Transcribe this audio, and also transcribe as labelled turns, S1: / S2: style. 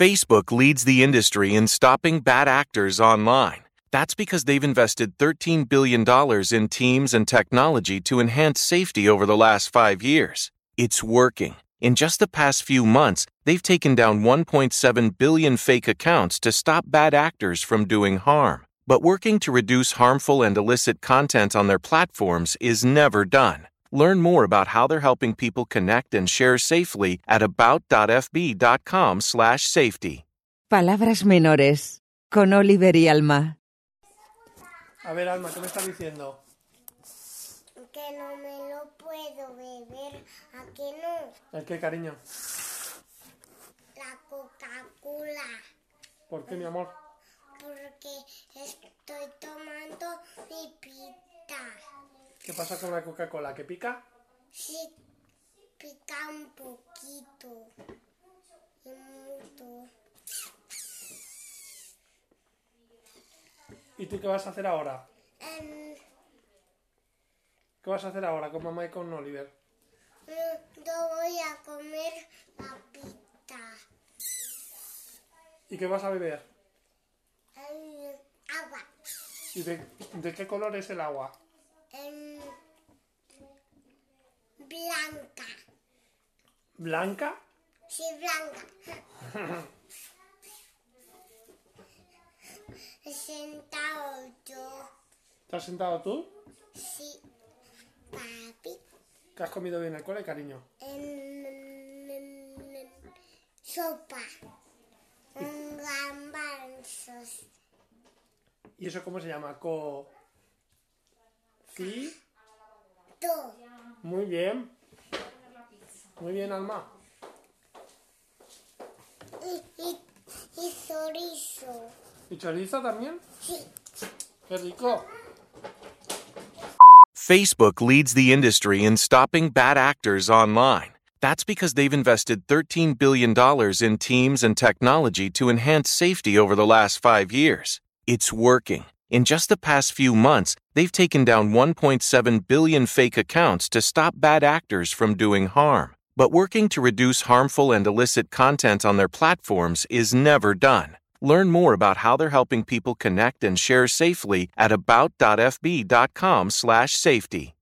S1: Facebook leads the industry in stopping bad actors online. That's because they've invested $13 billion in teams and technology to enhance safety over the last five years. It's working. In just the past few months, they've taken down 1.7 billion fake accounts to stop bad actors from doing harm. But working to reduce harmful and illicit content on their platforms is never done. Learn more about how they're helping people connect and share safely at about.fb.com/safety.
S2: Palabras menores con Oliver y Alma.
S3: A ver, Alma, ¿qué me estás diciendo?
S4: Que no me lo puedo beber. ¿A que no?
S3: ¿El qué, cariño?
S4: La Coca-Cola.
S3: ¿Por qué, mi amor?
S4: Porque estoy tomando mi pita.
S3: ¿Qué pasa con la Coca-Cola? ¿Que pica?
S4: Sí, pica un poquito. Y mucho.
S3: ¿Y tú qué vas a hacer ahora?
S4: Em,
S3: ¿Qué vas a hacer ahora con mamá y con Oliver?
S4: mm, yo voy a comer la pita.
S3: ¿Y qué vas a beber?
S4: Em, agua.
S3: ¿Y de, de qué color es el agua?
S4: Em, blanca.
S3: ¿Blanca?
S4: Sí, blanca. Sentado yo.
S3: ¿Te has sentado tú?
S4: Sí, papi.
S3: ¿Que has comido bien el cole, cariño?
S4: Em, sopa. Un garbanzos.
S3: ¿Y eso cómo se llama? Co... ¿Sí?
S4: Todo.
S3: Muy bien. Muy bien, Alma.
S4: Y, y, y chorizo.
S3: ¿Y chorizo también?
S4: Sí.
S3: ¡Qué rico!
S1: Facebook leads the industry in stopping bad actors online. That's because they've invested $13 billion in teams and technology to enhance safety over the last five years. It's working. In just the past few months, they've taken down 1.7 billion fake accounts to stop bad actors from doing harm. But working to reduce harmful and illicit content on their platforms is never done. Learn more about how they're helping people connect and share safely at about.fb.com/safety.